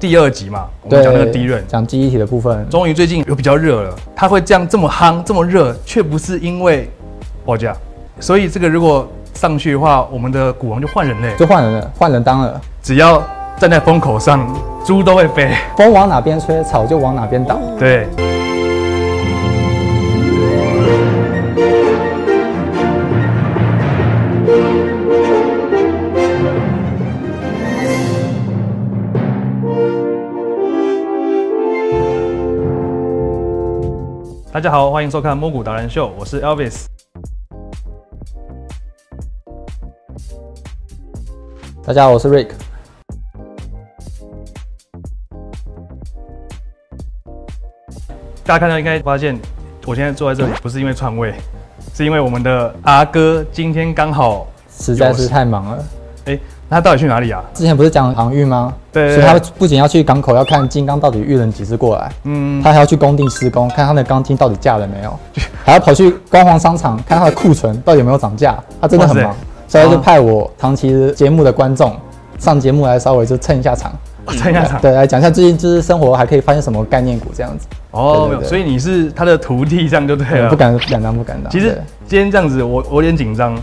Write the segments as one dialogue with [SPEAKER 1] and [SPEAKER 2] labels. [SPEAKER 1] 第二集嘛，我
[SPEAKER 2] 对，
[SPEAKER 1] 们讲那个敌人。
[SPEAKER 2] 讲记忆体的部分，
[SPEAKER 1] 终于最近有比较热了，它会这样这么夯，这么热，却不是因为报价。所以这个如果上去的话，我们的股王就换人类，
[SPEAKER 2] 就换人了，换人当了，
[SPEAKER 1] 只要站在风口上，猪都会飞。
[SPEAKER 2] 风往哪边吹，草就往哪边倒。
[SPEAKER 1] 对，大家好，欢迎收看《摸骨达人秀》，我是 Elvis。
[SPEAKER 2] 大家好，我是 Rick。
[SPEAKER 1] 大家看到应该发现，我现在坐在这里不是因为篡位，是因为我们的阿哥今天刚好，
[SPEAKER 2] 实在是太忙了。
[SPEAKER 1] 哎、他到底去哪里啊？
[SPEAKER 2] 之前不是讲航运吗？
[SPEAKER 1] 对对
[SPEAKER 2] 所以他
[SPEAKER 1] 对
[SPEAKER 2] 不仅要去港口要看金刚到底运人几只过来，
[SPEAKER 1] 嗯，
[SPEAKER 2] 他还要去工地施工，看他的钢筋到底架了没有， 还要跑去光华商场看他的库存到底有没有涨价。他真的很
[SPEAKER 1] 哇
[SPEAKER 2] 忙
[SPEAKER 1] 塞，嗯
[SPEAKER 2] 所以他就派我长期节目的观众上节目来稍微就蹭一下场，
[SPEAKER 1] 在那场
[SPEAKER 2] 对，来讲一下最近就是生活还可以发现什么概念股这样子。
[SPEAKER 1] 哦，
[SPEAKER 2] 对对
[SPEAKER 1] 没有，
[SPEAKER 2] 对
[SPEAKER 1] 所以你是他的徒弟，这样就对了。
[SPEAKER 2] 不敢不敢当不敢当。
[SPEAKER 1] 其实
[SPEAKER 2] 对
[SPEAKER 1] 今天这样子我，我有点紧张，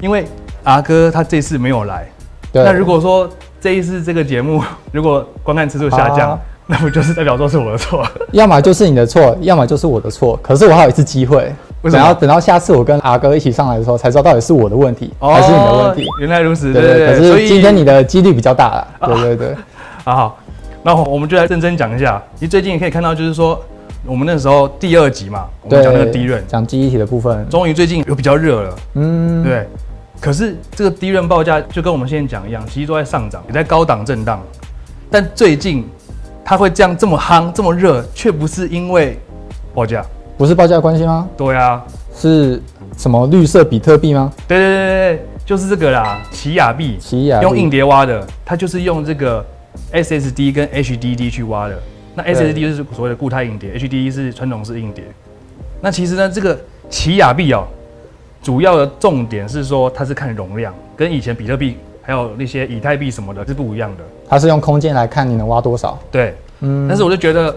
[SPEAKER 1] 因为阿哥他这次没有来。
[SPEAKER 2] 对，
[SPEAKER 1] 那如果说这一次这个节目 如果观看次数下降，
[SPEAKER 2] 啊
[SPEAKER 1] 那不就是代表说是我的错？
[SPEAKER 2] 要么就是你的错，要么就是我的错。可是我还有一次机会，
[SPEAKER 1] 为什么
[SPEAKER 2] 等到等到下次我跟阿哥一起上来的时候，才知道到底是我的问题、 还是你的问题。
[SPEAKER 1] 原来如此，
[SPEAKER 2] 对
[SPEAKER 1] 哦对对对。
[SPEAKER 2] 可
[SPEAKER 1] 所
[SPEAKER 2] 是
[SPEAKER 1] 以
[SPEAKER 2] 今天你的几率比较大啦。对对对，
[SPEAKER 1] 啊好，那我们就来认真讲一下。你最近也可以看到，就是说我们那时候第二集嘛，我们
[SPEAKER 2] 对
[SPEAKER 1] 讲那个低润，
[SPEAKER 2] 讲记忆体的部分，
[SPEAKER 1] 终于最近有比较热了，
[SPEAKER 2] 嗯，
[SPEAKER 1] 对。可是这个低润报价就跟我们现在讲一样，其实都在上涨，也在高档震荡。但最近它会这样这么夯、这么热，却不是因为报价。
[SPEAKER 2] 不是报价的关系吗？
[SPEAKER 1] 对啊，
[SPEAKER 2] 是什么绿色比特币吗？
[SPEAKER 1] 对对对对对，就是这个啦，奇亚币，
[SPEAKER 2] 奇亚币
[SPEAKER 1] 用硬碟挖的，它就是用这个 SSD 跟 HDD 去挖的。那
[SPEAKER 2] 对
[SPEAKER 1] SSD 就是所谓的固态硬碟，HDD 是传统式硬碟。那其实呢，这个奇亚币哦，主要的重点是说它是看容量，跟以前比特币还有那些以太币什么的是不一样的。
[SPEAKER 2] 它是用空间来看你能挖多少。
[SPEAKER 1] 对，
[SPEAKER 2] 嗯，
[SPEAKER 1] 但是我就觉得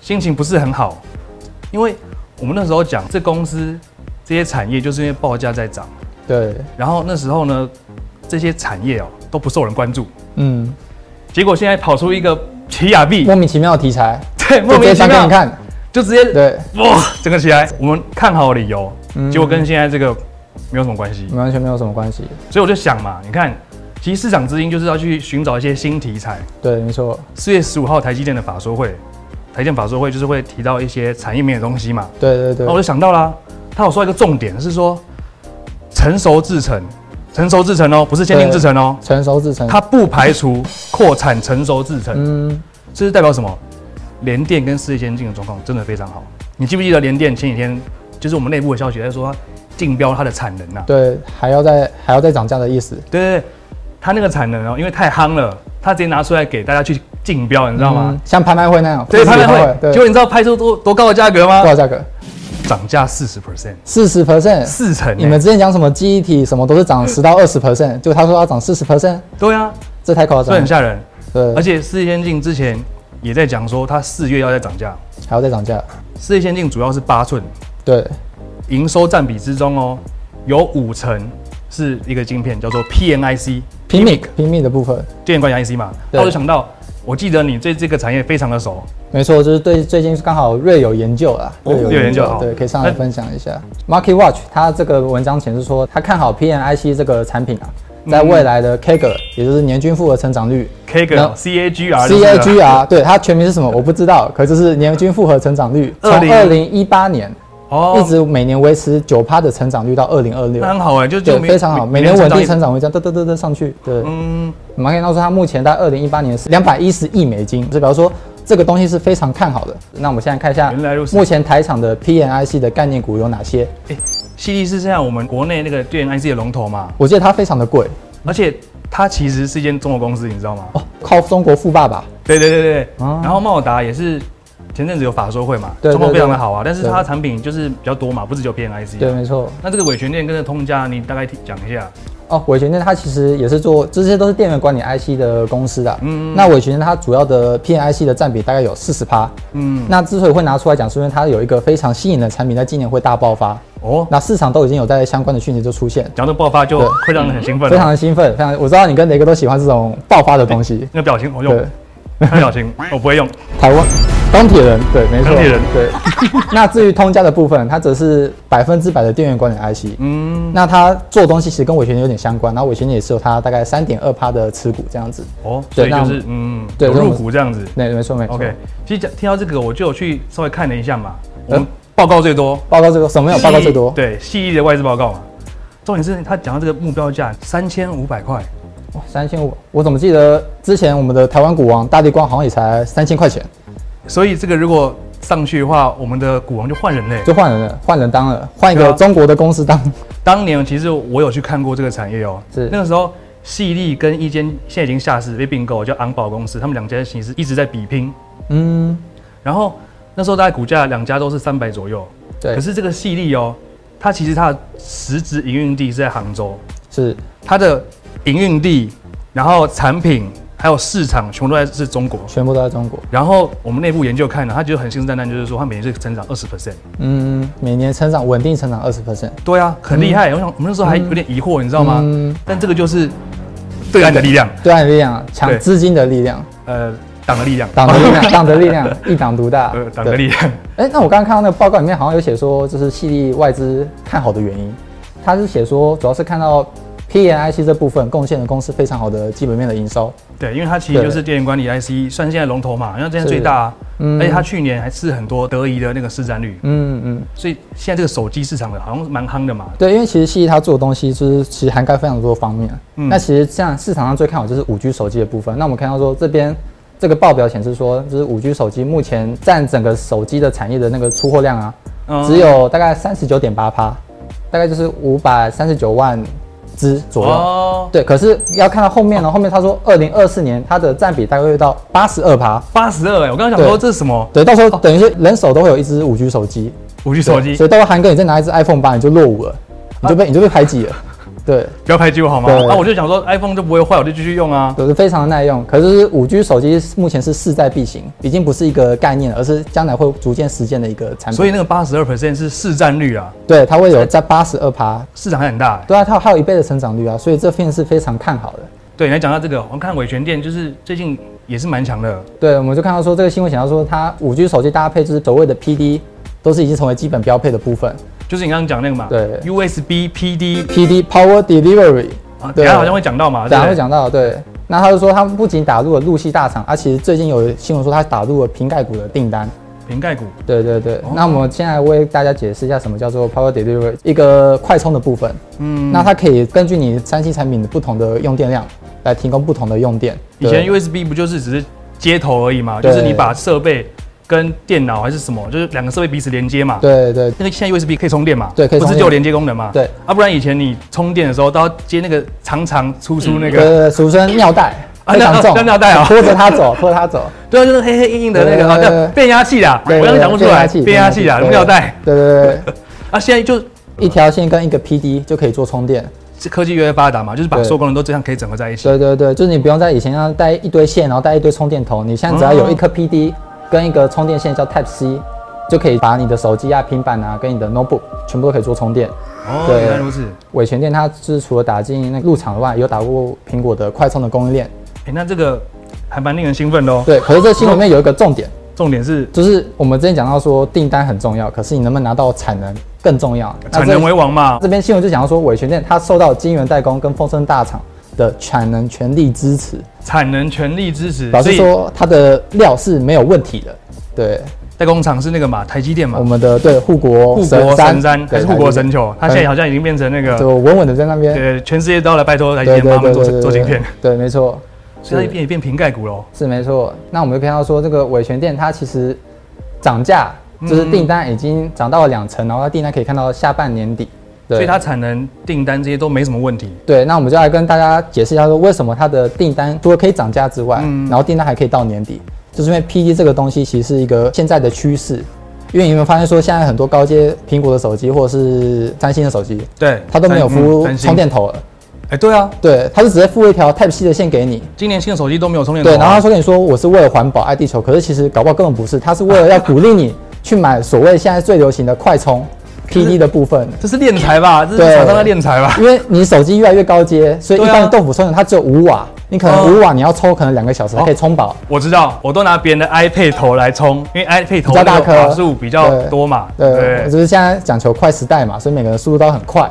[SPEAKER 1] 心情不是很好，因为我们那时候讲这公司这些产业就是因为报价在涨。
[SPEAKER 2] 对，
[SPEAKER 1] 然后那时候呢，这些产业哦都不受人关注，
[SPEAKER 2] 嗯，
[SPEAKER 1] 结果现在跑出一个奇亚币，
[SPEAKER 2] 莫名其妙的题材，
[SPEAKER 1] 对， 莫
[SPEAKER 2] 就直
[SPEAKER 1] 名
[SPEAKER 2] 接
[SPEAKER 1] 其
[SPEAKER 2] 翻给
[SPEAKER 1] 妙
[SPEAKER 2] 你看。
[SPEAKER 1] 就直接
[SPEAKER 2] 对，
[SPEAKER 1] 哇整个起来。我们看好理由，
[SPEAKER 2] 嗯
[SPEAKER 1] 结果跟现在这个没有什么关系，
[SPEAKER 2] 完全没有什么关系。
[SPEAKER 1] 所以我就想嘛，你看，其实市场资金就是要去寻找一些新题材。
[SPEAKER 2] 对，没错，
[SPEAKER 1] 四月十五号台积电的法说会，台积电法说会就是会提到一些产业面的东西嘛，
[SPEAKER 2] 对对对
[SPEAKER 1] 哦那我。就想到啦，他有说一个重点是说成熟制程，成熟制程哦，不是先进制程哦。
[SPEAKER 2] 成熟制成，
[SPEAKER 1] 它不排除扩产成熟制程，
[SPEAKER 2] 嗯，
[SPEAKER 1] 这是代表什么？联电跟世界先进的状况真的非常好。你记不记得联电前几天就是我们内部的消息在说它竞标它的产能呐、啊？
[SPEAKER 2] 对，还要再还要再涨价的意思，
[SPEAKER 1] 对对对，它那个产能哦、因为太夯了，它直接拿出来给大家去竞标，你知道吗？
[SPEAKER 2] 嗯？像拍卖会那样，
[SPEAKER 1] 对，
[SPEAKER 2] 或
[SPEAKER 1] 拍
[SPEAKER 2] 者
[SPEAKER 1] 卖
[SPEAKER 2] 是
[SPEAKER 1] 会，
[SPEAKER 2] 对，
[SPEAKER 1] 结果你知道拍出多多高的价格吗
[SPEAKER 2] 多？少价格？
[SPEAKER 1] 涨价四十 percent，
[SPEAKER 2] 四十 percent。
[SPEAKER 1] 四成欸、
[SPEAKER 2] 你们之前讲什么记忆体什么都是涨十到二 十 percent，就他说要涨四十 percent，
[SPEAKER 1] 对啊，
[SPEAKER 2] 这太夸
[SPEAKER 1] 所以
[SPEAKER 2] 张
[SPEAKER 1] 很
[SPEAKER 2] 了。
[SPEAKER 1] 吓人。
[SPEAKER 2] 对
[SPEAKER 1] 而，且世界先进之前也在讲说，它四月要再涨价。
[SPEAKER 2] 还要再涨价。
[SPEAKER 1] 世界先进主要是八寸，
[SPEAKER 2] 对，
[SPEAKER 1] 营收占比之中哦，有五成是一个晶片叫做 PNIC
[SPEAKER 2] 拼命拼命的部分，
[SPEAKER 1] 电源管理 IC 嘛。
[SPEAKER 2] 对
[SPEAKER 1] 那我就想到，我记得你对这个产业非常的熟，
[SPEAKER 2] 没错，就是对最近刚好瑞有研究啦，
[SPEAKER 1] 哦瑞有研究好哎
[SPEAKER 2] 对，可以上来分享一下。Market Watch 它这个文章显示说，他看好 PNIC 这个产品啊，
[SPEAKER 1] 嗯
[SPEAKER 2] 在未来的 CAGR，也就是年均复合成长率
[SPEAKER 1] K
[SPEAKER 2] 那
[SPEAKER 1] G C A G R
[SPEAKER 2] C A G R，对它全名是什么我不知道，可就是年均复合成长率，从
[SPEAKER 1] 20
[SPEAKER 2] 二零一八年一
[SPEAKER 1] 哦，
[SPEAKER 2] 直每年维持九趴的成长率到二零二六
[SPEAKER 1] 那，很好哎，就就
[SPEAKER 2] 对，非常好，每年稳定成
[SPEAKER 1] 长。
[SPEAKER 2] 长会这样嘚嘚嘚嘚上去，对。
[SPEAKER 1] 嗯，
[SPEAKER 2] 我们可以看到说，它目前在二零一八年是两百一十亿美金，这表示说这个东西是非常看好的。那我们现在看一下
[SPEAKER 1] 原来如，此
[SPEAKER 2] 目前台场的 PNIC 的概念股有哪些？
[SPEAKER 1] 西力是现在我们国内那个电源 IC 的龙头嘛，
[SPEAKER 2] 我记得它非常的贵
[SPEAKER 1] 而且它其实是一间中国公司，你知道吗？
[SPEAKER 2] 哦，靠中国富爸爸，
[SPEAKER 1] 对对对对。
[SPEAKER 2] 哦
[SPEAKER 1] 然后茂达也是前阵子有法说会嘛，
[SPEAKER 2] 对对
[SPEAKER 1] 状况非常
[SPEAKER 2] 对
[SPEAKER 1] 的好啊，但是它
[SPEAKER 2] 对
[SPEAKER 1] 的产品就是比较多嘛，不是只有 PNIC 啊。
[SPEAKER 2] 对，没错。
[SPEAKER 1] 那这个伟全店跟着通家，你大概提讲一下。
[SPEAKER 2] 哦，伟全电它其实也是做，这些都是电源管理 IC 的公司的。嗯，那伟全电它主要的 PNIC 的占比大概有四十趴。
[SPEAKER 1] 嗯，
[SPEAKER 2] 那之所以会拿出来讲，是因为它有一个非常吸引的产品，在今年会大爆发。
[SPEAKER 1] 哦，
[SPEAKER 2] 那市场都已经有在相关的讯息就出现，
[SPEAKER 1] 讲到爆发就
[SPEAKER 2] 对
[SPEAKER 1] 会让人很兴奋哦
[SPEAKER 2] 非常
[SPEAKER 1] 了，
[SPEAKER 2] 的兴奋，非常。我知道你跟雷哥都喜欢这种爆发的东西。
[SPEAKER 1] 那个表情我用
[SPEAKER 2] 对，，
[SPEAKER 1] 那个表情我不会用，
[SPEAKER 2] 台湾钢铁人，对，没错，
[SPEAKER 1] 钢铁人
[SPEAKER 2] 对。那至于通家的部分，它则是百分之百的电源管理 IC。
[SPEAKER 1] 嗯，
[SPEAKER 2] 那它做东西其实跟伟全有点相关，然后伟全也是有它大概三点二趴的持股这样子。
[SPEAKER 1] 哦，所以就
[SPEAKER 2] 那
[SPEAKER 1] 是嗯，
[SPEAKER 2] 对
[SPEAKER 1] 有
[SPEAKER 2] 所以我
[SPEAKER 1] 入
[SPEAKER 2] 们
[SPEAKER 1] 股这样子。
[SPEAKER 2] 对，没错没错。
[SPEAKER 1] OK，其实讲听到这个我就有去稍微看了一下嘛，我
[SPEAKER 2] 呃
[SPEAKER 1] 们报告最多，
[SPEAKER 2] 报告这个什么没有报告最多？
[SPEAKER 1] 对，细一的外资报告嘛。重点是他讲到这个目标价三千五百块，
[SPEAKER 2] 哇，三千五，我怎么记得之前我们的台湾股王大地光好像也才三千块钱
[SPEAKER 1] 所以这个如果上去的话，我们的股王就换人嘞。
[SPEAKER 2] 就换人了，换人当了，换一
[SPEAKER 1] 对
[SPEAKER 2] 个
[SPEAKER 1] 啊
[SPEAKER 2] 中国的公司当。
[SPEAKER 1] 当年其实我有去看过这个产业哦、
[SPEAKER 2] 是
[SPEAKER 1] 那个时候细粒跟一间现在已经下市被并购，叫昂宝公司，他们两家其实一直在比拼。
[SPEAKER 2] 嗯，
[SPEAKER 1] 然后那时候大概股价两家都是三百左右，
[SPEAKER 2] 对
[SPEAKER 1] 可，是这个细粒哦，它其实它的实质营运地是在杭州，
[SPEAKER 2] 是
[SPEAKER 1] 它的营运地，然后产品还有市场全部都在是中国。
[SPEAKER 2] 全部都在中国。
[SPEAKER 1] 然后我们内部研究看呢，他觉得很信誓旦旦，就是说他每年是成长二十 percent。
[SPEAKER 2] 嗯，每年成长稳定成长二十 percent，
[SPEAKER 1] 对啊，很厉害。我想我们那时候还有点疑惑，你知道吗？
[SPEAKER 2] 嗯
[SPEAKER 1] 但这个就是对岸的力量，
[SPEAKER 2] 对岸的力量啊，
[SPEAKER 1] 对
[SPEAKER 2] 强资金的力量，
[SPEAKER 1] 呃，党的力量，
[SPEAKER 2] 党的力量，党的力 量，一党独大。
[SPEAKER 1] 呃，党的力
[SPEAKER 2] 对。
[SPEAKER 1] 量。
[SPEAKER 2] 哎、那我刚刚看到那个报告里面好像有写说，就是系力外资看好的原因，他是写说主要是看到 E PNIC 这部分贡献了公司非常好的基本面的营收。
[SPEAKER 1] 对，因为它其实就是电源管理 IC，算现在龙头嘛，因为之前最大、啊，
[SPEAKER 2] 嗯
[SPEAKER 1] 而且它去年还是很多德仪的那个市占率，
[SPEAKER 2] 嗯嗯，
[SPEAKER 1] 所以现在这个手机市场的好像蛮夯的嘛。
[SPEAKER 2] 对，因为其实系力它做的东西就是其实涵盖非常多方面。
[SPEAKER 1] 嗯
[SPEAKER 2] 那其实像市场上最看好就是五 G 手机的部分。那我们看到说这边这个报表显示说，就是五 G 手机目前占整个手机的产业的那个出货量啊，
[SPEAKER 1] 嗯
[SPEAKER 2] 只有大概三十九点八趴，大概就是五百三十九万只左右。
[SPEAKER 1] 哦，
[SPEAKER 2] 对，可是要看到后面呢，后面他说二零二四年它的占比大概会到八十二趴。
[SPEAKER 1] 八十二哎，我刚刚想说
[SPEAKER 2] 对
[SPEAKER 1] 这是什么
[SPEAKER 2] 对，到时候等于是人手都会有一只五 G 手机，
[SPEAKER 1] 哦五 G 手机啊
[SPEAKER 2] 对，所以到时候韩哥你再拿一只 iPhone 八，你就落伍了，你就被、你就被排挤了。对，
[SPEAKER 1] 不要排挤我好吗？
[SPEAKER 2] 对
[SPEAKER 1] 那、我就想说 iPhone 就不会坏，我就继续用啊。
[SPEAKER 2] 都是非常耐用。可是五 G 手机目前是势在必行，已经不是一个概念了，而是将来会逐渐实践的一个产品。
[SPEAKER 1] 所以那个八十二 percent 是市占率啊，
[SPEAKER 2] 对它会有在八十二趴，
[SPEAKER 1] 市场还很大、欸。
[SPEAKER 2] 对啊，它有还有一倍的成长率啊，所以这片是非常看好的。
[SPEAKER 1] 对，来讲到这个，我们看伟权店就是最近也是蛮强的，
[SPEAKER 2] 对，我们就看到说这个新闻想要说，它五 G 手机搭配就是所谓的 PD，都是已经成为基本标配的部分。
[SPEAKER 1] 就是你刚刚讲那个嘛，
[SPEAKER 2] 对
[SPEAKER 1] ，USB PD
[SPEAKER 2] PD Power Delivery，
[SPEAKER 1] 啊，等
[SPEAKER 2] 对
[SPEAKER 1] 一下好像会讲到嘛，对
[SPEAKER 2] 等
[SPEAKER 1] 不对
[SPEAKER 2] 下会讲到对。那他就说，他们不仅打入了陆系大厂，啊，其实最近有新闻说他打入了瓶盖股的订单。
[SPEAKER 1] 瓶盖股，
[SPEAKER 2] 对对对，
[SPEAKER 1] 哦
[SPEAKER 2] 那我们现在为大家解释一下什么叫做 Power Delivery，一个快充的部分。
[SPEAKER 1] 嗯，
[SPEAKER 2] 那它可以根据你三 C 产品的不同的用电量，来提供不同的用电。
[SPEAKER 1] 以前
[SPEAKER 2] 为
[SPEAKER 1] USB 不就是只是接头而已嘛，就是
[SPEAKER 2] 对
[SPEAKER 1] 你把设备跟电脑还是什么，就是两个设备彼此连接嘛。
[SPEAKER 2] 对对
[SPEAKER 1] 那个现在 USB 可以充电嘛？
[SPEAKER 2] 对可以
[SPEAKER 1] 不
[SPEAKER 2] 充
[SPEAKER 1] 是
[SPEAKER 2] 电
[SPEAKER 1] 只有连接功能嘛？
[SPEAKER 2] 对
[SPEAKER 1] 啊，不然以前你充电的时候都要接那个长长粗粗那
[SPEAKER 2] 对
[SPEAKER 1] 个，
[SPEAKER 2] 对，呃俗称尿袋，
[SPEAKER 1] 啊
[SPEAKER 2] 非常重
[SPEAKER 1] 尿，尿袋啊
[SPEAKER 2] 拖着它走，拖着它走。
[SPEAKER 1] 对啊，就是黑黑硬硬的那个，
[SPEAKER 2] 对
[SPEAKER 1] 啊，
[SPEAKER 2] 对对
[SPEAKER 1] 对变压器啦， 我
[SPEAKER 2] 对对
[SPEAKER 1] 刚刚讲不出来，变压器啦，
[SPEAKER 2] 对
[SPEAKER 1] 啊尿袋
[SPEAKER 2] 对对对对，
[SPEAKER 1] 啊，现在就
[SPEAKER 2] 一条线跟一个 PD 就可以做充电。
[SPEAKER 1] 这科技越来越发达嘛，就是把
[SPEAKER 2] 对
[SPEAKER 1] 所有功能都这样可以整合在一起。
[SPEAKER 2] 对对对，就是你不用在以前要带一堆线，然后带一堆充电头，你现在只要有一颗 PD 跟一个充电线叫 Type C，就可以把你的手机啊、平板啊跟你的 notebook 全部都可以做充电。
[SPEAKER 1] 哦，
[SPEAKER 2] 对
[SPEAKER 1] 原来如此。
[SPEAKER 2] 伟全电它就是除了打进那个入场外，有打过苹果的快充的供应链。
[SPEAKER 1] 哎，那这个还蛮令人兴奋的哦。
[SPEAKER 2] 对，可是这新闻里面有一个重点，
[SPEAKER 1] 重点是
[SPEAKER 2] 就是我们之前讲到说订单很重要，可是你能不能拿到产能更重要。那
[SPEAKER 1] 产
[SPEAKER 2] 这
[SPEAKER 1] 能为王嘛，
[SPEAKER 2] 这边新闻就讲到说，伟全电它受到晶圆代工跟风声大厂的产能全力支持，
[SPEAKER 1] 产能全力支持。
[SPEAKER 2] 表
[SPEAKER 1] 所
[SPEAKER 2] 示
[SPEAKER 1] 以
[SPEAKER 2] 说它的料是没有问题的。对，
[SPEAKER 1] 代工厂是那个嘛，台积电嘛
[SPEAKER 2] 我，们的对护国
[SPEAKER 1] 护国神山还
[SPEAKER 2] 哦对
[SPEAKER 1] 是护国
[SPEAKER 2] 台积
[SPEAKER 1] 神
[SPEAKER 2] 电嗯
[SPEAKER 1] 球？它啊现在好像已经变成那个，
[SPEAKER 2] 就稳稳的在那边。
[SPEAKER 1] 对，全世界都要来拜托台积电帮他们做做晶片，，
[SPEAKER 2] 对，没错，
[SPEAKER 1] 所以它也变也变瓶盖股喽。
[SPEAKER 2] 是没错。那我们就看到说，这个伟全电它其实涨价，就是
[SPEAKER 1] 嗯
[SPEAKER 2] 订单已经涨到了两成，然后它订单可以看到下半年底。对
[SPEAKER 1] 所以它产能、订单这些都没什么问题。
[SPEAKER 2] 对，那我们就来跟大家解释一下，说为什么它的订单除了可以涨价之外，
[SPEAKER 1] 嗯
[SPEAKER 2] 然后订单还可以到年底，就是因为 PD 这个东西其实是一个现在的趋势。因为你们发现说，现在很多高阶苹果的手机或者是三星的手机，
[SPEAKER 1] 对，
[SPEAKER 2] 它都没有
[SPEAKER 1] 三嗯
[SPEAKER 2] 服务
[SPEAKER 1] 三星
[SPEAKER 2] 充电头了，
[SPEAKER 1] 哎，对啊，
[SPEAKER 2] 对，它是直接附一条 Type C 的线给你，
[SPEAKER 1] 今年新的手机都没有充电头啊。
[SPEAKER 2] 对，然后他说跟你说我是为了环保爱地球，可是其实搞不好根本不是，他是为了要鼓励你去买所谓现在最流行的快充 PD 的部分，
[SPEAKER 1] 这是炼材吧？这是
[SPEAKER 2] 对
[SPEAKER 1] 厂商在炼材吧？
[SPEAKER 2] 因为你手机越来越高阶，所以一
[SPEAKER 1] 对啊
[SPEAKER 2] 般的豆腐充电它只有五瓦，你可能
[SPEAKER 1] 嗯
[SPEAKER 2] 五瓦你要抽可能两个小时
[SPEAKER 1] 哦
[SPEAKER 2] 才可以充饱，
[SPEAKER 1] 我知道，我都拿别人的 iPad 头来充，因为 iPad 头
[SPEAKER 2] 比较大
[SPEAKER 1] 那
[SPEAKER 2] 颗
[SPEAKER 1] 个瓦数比较多嘛。
[SPEAKER 2] 对，就是现在讲求快时代嘛，所以每个人速度都很快。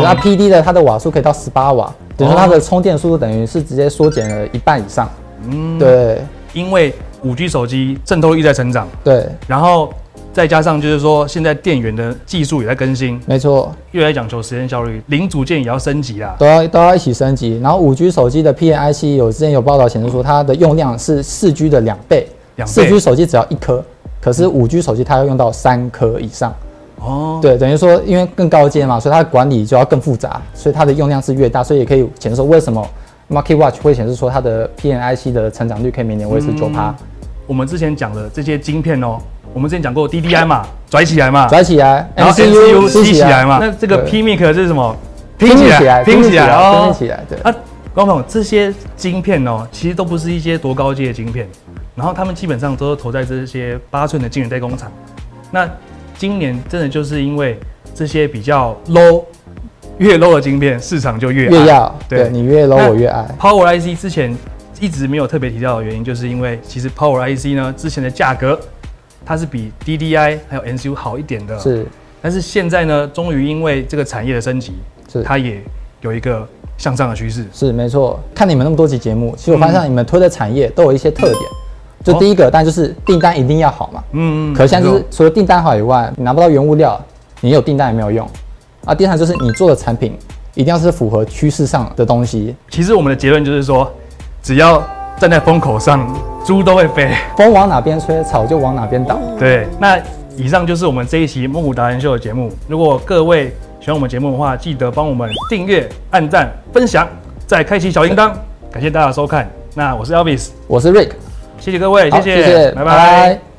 [SPEAKER 1] 哦
[SPEAKER 2] 那 PD 的它的瓦数可以到十八瓦，等于说它的充电速度等于是直接缩减了一半以上。嗯，对
[SPEAKER 1] 因为五 G 手机渗透率一直在成长，
[SPEAKER 2] 对，
[SPEAKER 1] 然后再加上就是说现在电源的技术也在更新，
[SPEAKER 2] 没错，
[SPEAKER 1] 越来越讲求时间效率，零组件也要升级啦。
[SPEAKER 2] 都要都要一起升级。然后五 G 手机的 PNIC 有之前有报道显示说，它的用量是四 G 的两倍，
[SPEAKER 1] 两倍
[SPEAKER 2] 四 G 手机只要一颗，可是五 G 手机它要用到三颗以上。
[SPEAKER 1] 哦，
[SPEAKER 2] 对，等于说因为更高阶嘛，所以它的管理就要更复杂，所以它的用量是越大，所以也可以显示说为什么 Market Watch 会显示说它的 PNIC 的成长率可以每年维持九趴、
[SPEAKER 1] 嗯我们之前讲的这些晶片哦，我们之前讲过 DDI 嘛，拽起来嘛，
[SPEAKER 2] 拽起来
[SPEAKER 1] 然后 MCU 吸起来嘛，那这个
[SPEAKER 2] 对
[SPEAKER 1] PMIC 是什么？
[SPEAKER 2] 拼起来，
[SPEAKER 1] 拼起来
[SPEAKER 2] 拼
[SPEAKER 1] 哦
[SPEAKER 2] 拼。起来，对，
[SPEAKER 1] 啊，观众朋友，这些晶片哦，其实都不是一些多高阶的晶片，然后他们基本上都投在这些八寸的晶圆代工厂。那今年真的就是因为这些比较 low、越 low 的晶片，市场就越
[SPEAKER 2] 越
[SPEAKER 1] 矮
[SPEAKER 2] 要，
[SPEAKER 1] 对
[SPEAKER 2] 对你越 low
[SPEAKER 1] 那
[SPEAKER 2] 我越爱，
[SPEAKER 1] Power IC 之前一直没有特别提到的原因，就是因为其实 Power IC 呢之前的价格它是比 DDI 还有 NCU 好一点的，。
[SPEAKER 2] 是
[SPEAKER 1] 但是现在呢，终于因为这个产业的升级，
[SPEAKER 2] 是
[SPEAKER 1] 它也有一个向上的趋势。
[SPEAKER 2] 是没错。看你们那么多集节目，其实我发现
[SPEAKER 1] 嗯
[SPEAKER 2] 你们推的产业都有一些特点，就
[SPEAKER 1] 哦
[SPEAKER 2] 第一个，当然就是订单一定要好嘛，
[SPEAKER 1] 嗯，
[SPEAKER 2] 可是现在就
[SPEAKER 1] 没
[SPEAKER 2] 是
[SPEAKER 1] 错
[SPEAKER 2] 除了订单好以外，你拿不到原物料，你有订单也没有用。啊，第三就是你做的产品一定要是符合趋势上的东西，
[SPEAKER 1] 其实我们的结论就是说，只要站在风口上，猪都会飞。
[SPEAKER 2] 风往哪边吹，草就往哪边倒。
[SPEAKER 1] 对，那以上就是我们这一期蒙古达人秀的节目。如果各位喜欢我们节目的话，记得帮我们订阅、按赞、分享，再开启小铃铛。感谢大家的收看，那我是 Elvis，
[SPEAKER 2] 我是 Rick，
[SPEAKER 1] 谢谢各位，谢
[SPEAKER 2] 好
[SPEAKER 1] 谢，
[SPEAKER 2] 谢谢，
[SPEAKER 1] 拜拜
[SPEAKER 2] 拜